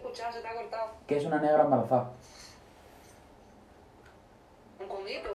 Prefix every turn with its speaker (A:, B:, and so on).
A: escuchado, se te ha cortado.
B: ¿Qué es una negra embarazada?
A: Un conguito.